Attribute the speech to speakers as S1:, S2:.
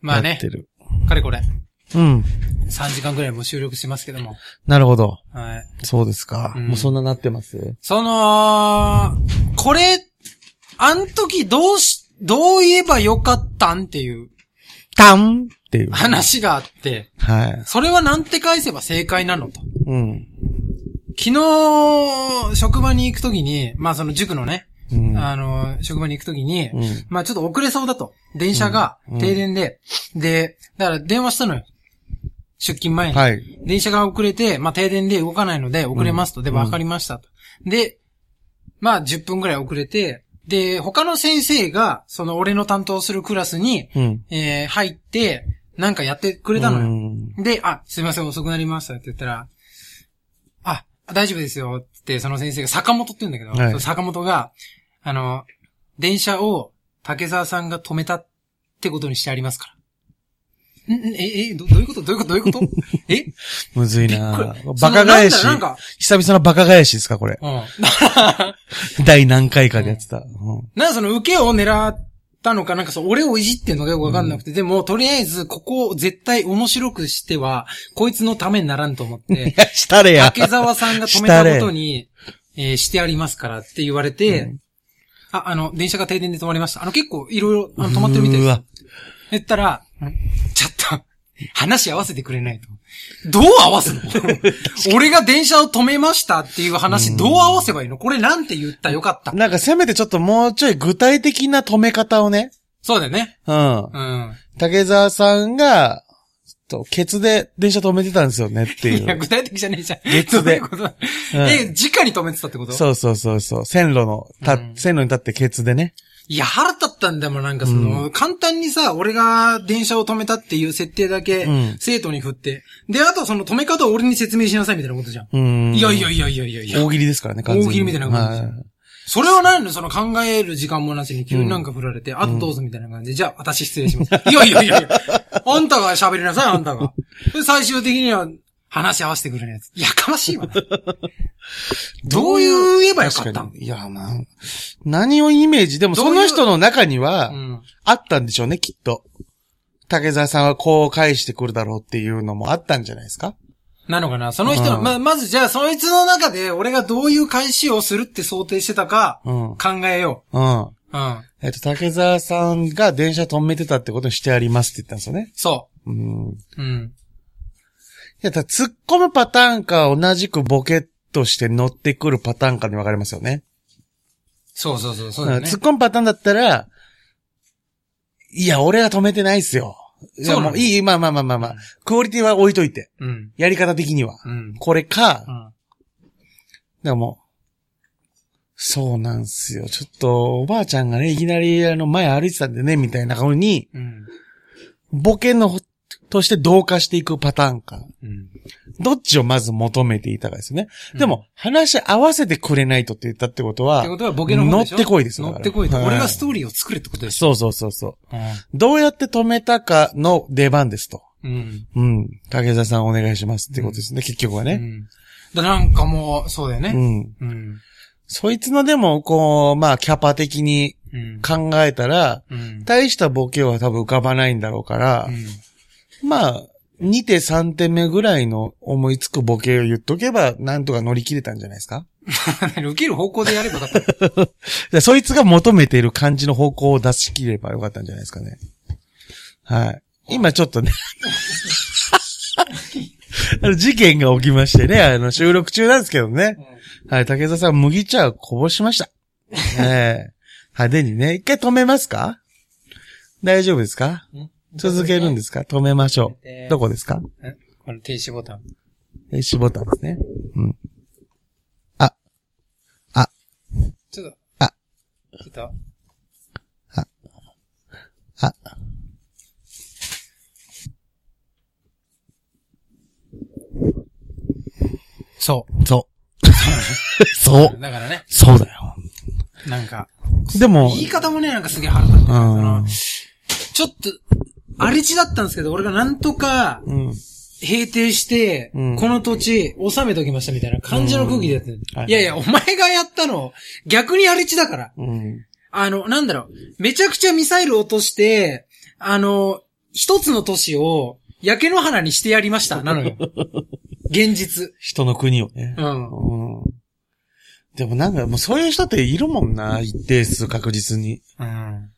S1: まあ
S2: やっ
S1: ね
S2: て、る。
S1: かれこれ、
S2: うん。
S1: 3時間くらいもう収録してますけども。
S2: なるほど。
S1: はい。
S2: そうですか。
S1: うん
S2: もうそんななってます
S1: その、これ、あん時どうし、どう言えばよかったんっていう
S2: タンっていう。
S1: 話があって、
S2: はい。
S1: それはなんて返せば正解なのと。
S2: うん。
S1: 昨日、職場に行くときに、まあその塾のね、
S2: うん。
S1: あの、職場に行くときに、
S2: うん
S1: まあちょっと遅れそうだと。電車が
S2: うん
S1: 停電で、で、だから電話したのよ。出勤前に。
S2: はい。
S1: 電車が遅れて、まあ停電で動かないので遅れますと。で、
S2: うん
S1: わかりましたと。で、まあ10分くらい遅れて、で、他の先生が、その俺の担当するクラスに、
S2: うん。
S1: えー入って、なんかやってく
S2: く
S1: れたのよ。
S2: うん。
S1: で、あ、すいません、遅くなりましたって言ったら、あ、大丈夫ですよって、その先生が、坂本って言うんだけど、
S2: はい
S1: その坂本が、あの、電車を竹沢さんが止めたってことにしてありますから。んんえ、え、どどういうことどういうことどういうこと え
S2: むずい
S1: びっ
S2: な
S1: くりその
S2: バカ返し。
S1: なんだなんか
S2: 久々のバカ返しですか、これ。
S1: うん。だから、
S2: 第何回かでやってた。うん
S1: なんかその受けを狙ったのか、なんかそう、俺をいじってんのかよくわかんなくて、でも、とりあえず、ここを絶対面白くしては、こいつのためにならんと思っ
S2: い
S1: て、
S2: や、したれや。
S1: 竹沢さんが止めたことに、えーしてありますからって言われて、
S2: うん
S1: あ、あの、電車が停電で止まりました。あの、結構いろいろあの止まってるみたいです
S2: うわ。
S1: 言ったら、ちょっと、話合わせてくれないと。どう合わすの 俺が電車を止めましたっていう話、どう合わせばいいのこれなんて言ったらよかった。
S2: なんかせめてちょっともうちょい具体的な止め方をね。
S1: そうだよね。
S2: うん。
S1: うん。
S2: 竹沢さんが、ちょっと、ケツで電車止めてたんですよねってい
S1: いや、
S2: う。
S1: 具体的じゃねえじゃん。
S2: 月
S1: どうい
S2: で
S1: うこと
S2: うん
S1: え、直に止めてたってこと
S2: そうそうそうそう。線路の、た、
S1: うん
S2: 線路に立ってケツでね。
S1: いや、腹立ったんだもん、なんかその、簡単にさ、俺が電車を止めたっていう設定だけ
S2: うん、
S1: 生徒に振って。で、あとその止め方を俺に説明しなさいみたいなことじゃん。
S2: うん。
S1: いやいやいやいやいやいや
S2: 大。喜利ですからね、完全に
S1: 大喜利みたいな感じですよ
S2: はい
S1: それは何のその考える時間もなしに急になんか振られて、あとどうぞみたいな感じで、じゃあ私失礼します。いやいやいやいや。あんたが喋りなさい、あんたが。で最終的には話し合わせてくれるやつ。やかましいわな。どういう言えばよかった
S2: 確
S1: の
S2: かにいや、まあ、何をイメージ、でも
S1: どうい
S2: そうの人の中には
S1: う、ん。
S2: あったんでしょうね、きっと。竹沢さんはこう返してくるだろうっていうのもあったんじゃないですか
S1: なのかなその人の、
S2: うん
S1: ま、まずじゃあ、そいつの中で、俺がどういう返しをするって想定してたか、
S2: うん。うん。
S1: 考えよう。うん。
S2: えっと、竹沢さんが電車止めてたってことにしてありますって言ったんですよね。
S1: そ
S2: うん。
S1: う。うん。
S2: いや、ただ突っ込むパターンか同じくボケとして乗ってくるパターンかに分かれますよね。
S1: そうそうそう、そう
S2: う
S1: だ
S2: ん
S1: よね
S2: 突っ。込むパターンだったら、いや、俺は止めてないっすよ。いや
S1: そうなの
S2: もういい、まあまあまあまあまあ。クオリティは置いといて。
S1: うん。
S2: やり方的には。
S1: うん。
S2: これか、
S1: うん。
S2: でも、そうなんすよ。ちょっと、おばあちゃんがね、いきなり、あの、前歩いてたんでね、みたいな顔に、
S1: うん。
S2: ボケの、として同化していくパターンか。
S1: うん。
S2: どっちをまず求めていたかですね。でも、話合わせてくれないとって言ったってこと
S1: っ
S2: は
S1: て、ことは、ボケの方でしょ
S2: 乗ってこいですよ
S1: 乗ってこいと。
S2: はい
S1: 俺がストーリーを作れってことでしょ。
S2: そうそうそうそう。
S1: う
S2: どうやって止めたかの出番ですと。
S1: ん。うん。
S2: うん。竹澤さんお願いしますってことですね、結局は
S1: う
S2: ね。
S1: ん。だなんかもう、そうだよ
S2: う
S1: ね。
S2: ん。
S1: うん。
S2: そいつのでも、こう、まあ、キャパ的に
S1: うん。
S2: 考えたら、
S1: うん。
S2: 大したボケは多分浮かばないんだろうから
S1: う、ん
S2: まあ、2手3手目ぐらいの思いつくボケを言っとけば、なんとか乗り切れたんじゃないですか
S1: 受ける方向でやればよか った。
S2: じゃあそいつが求めている感じの方向を出し切ればよかったんじゃないですかね。はい。今ちょっ とね。あの事件が起きましてね、あの収録中なんですけどね。はい、竹澤さん麦茶をこぼしま した。ええ派手にね、一回止めますか大丈夫ですか続けるんですか止めましょう。どこですか
S1: えこの停止ボタン。
S2: 停止ボタンですね。うん。あ、あ、
S1: ちょっと。
S2: あ。
S1: ちょっと。
S2: あ、
S1: そ
S2: そう。そう
S1: う。。だからね、
S2: そうだよ。
S1: なんか、
S2: でも、
S1: 言い方もね、なんかすげえ腹立って。
S2: う
S1: その
S2: ん
S1: ちょっと、荒れ地だったんですけど、俺がなんとか、
S2: うん。
S1: 平定して、
S2: うん
S1: この土地、収めときましたみたいな感じの空気でやってる。
S2: うん
S1: いやいや、お前がやったの、逆に荒れ地だから。
S2: うん。
S1: あの、なんだろう、めちゃくちゃミサイル落として、あの、一つの都市を、焼け野原にしてやりました、なの よ。現実。
S2: 人の国をね。
S1: うん。
S2: うん。でもなんか、もうそういう人っているもんな、一定数確実に。
S1: うん。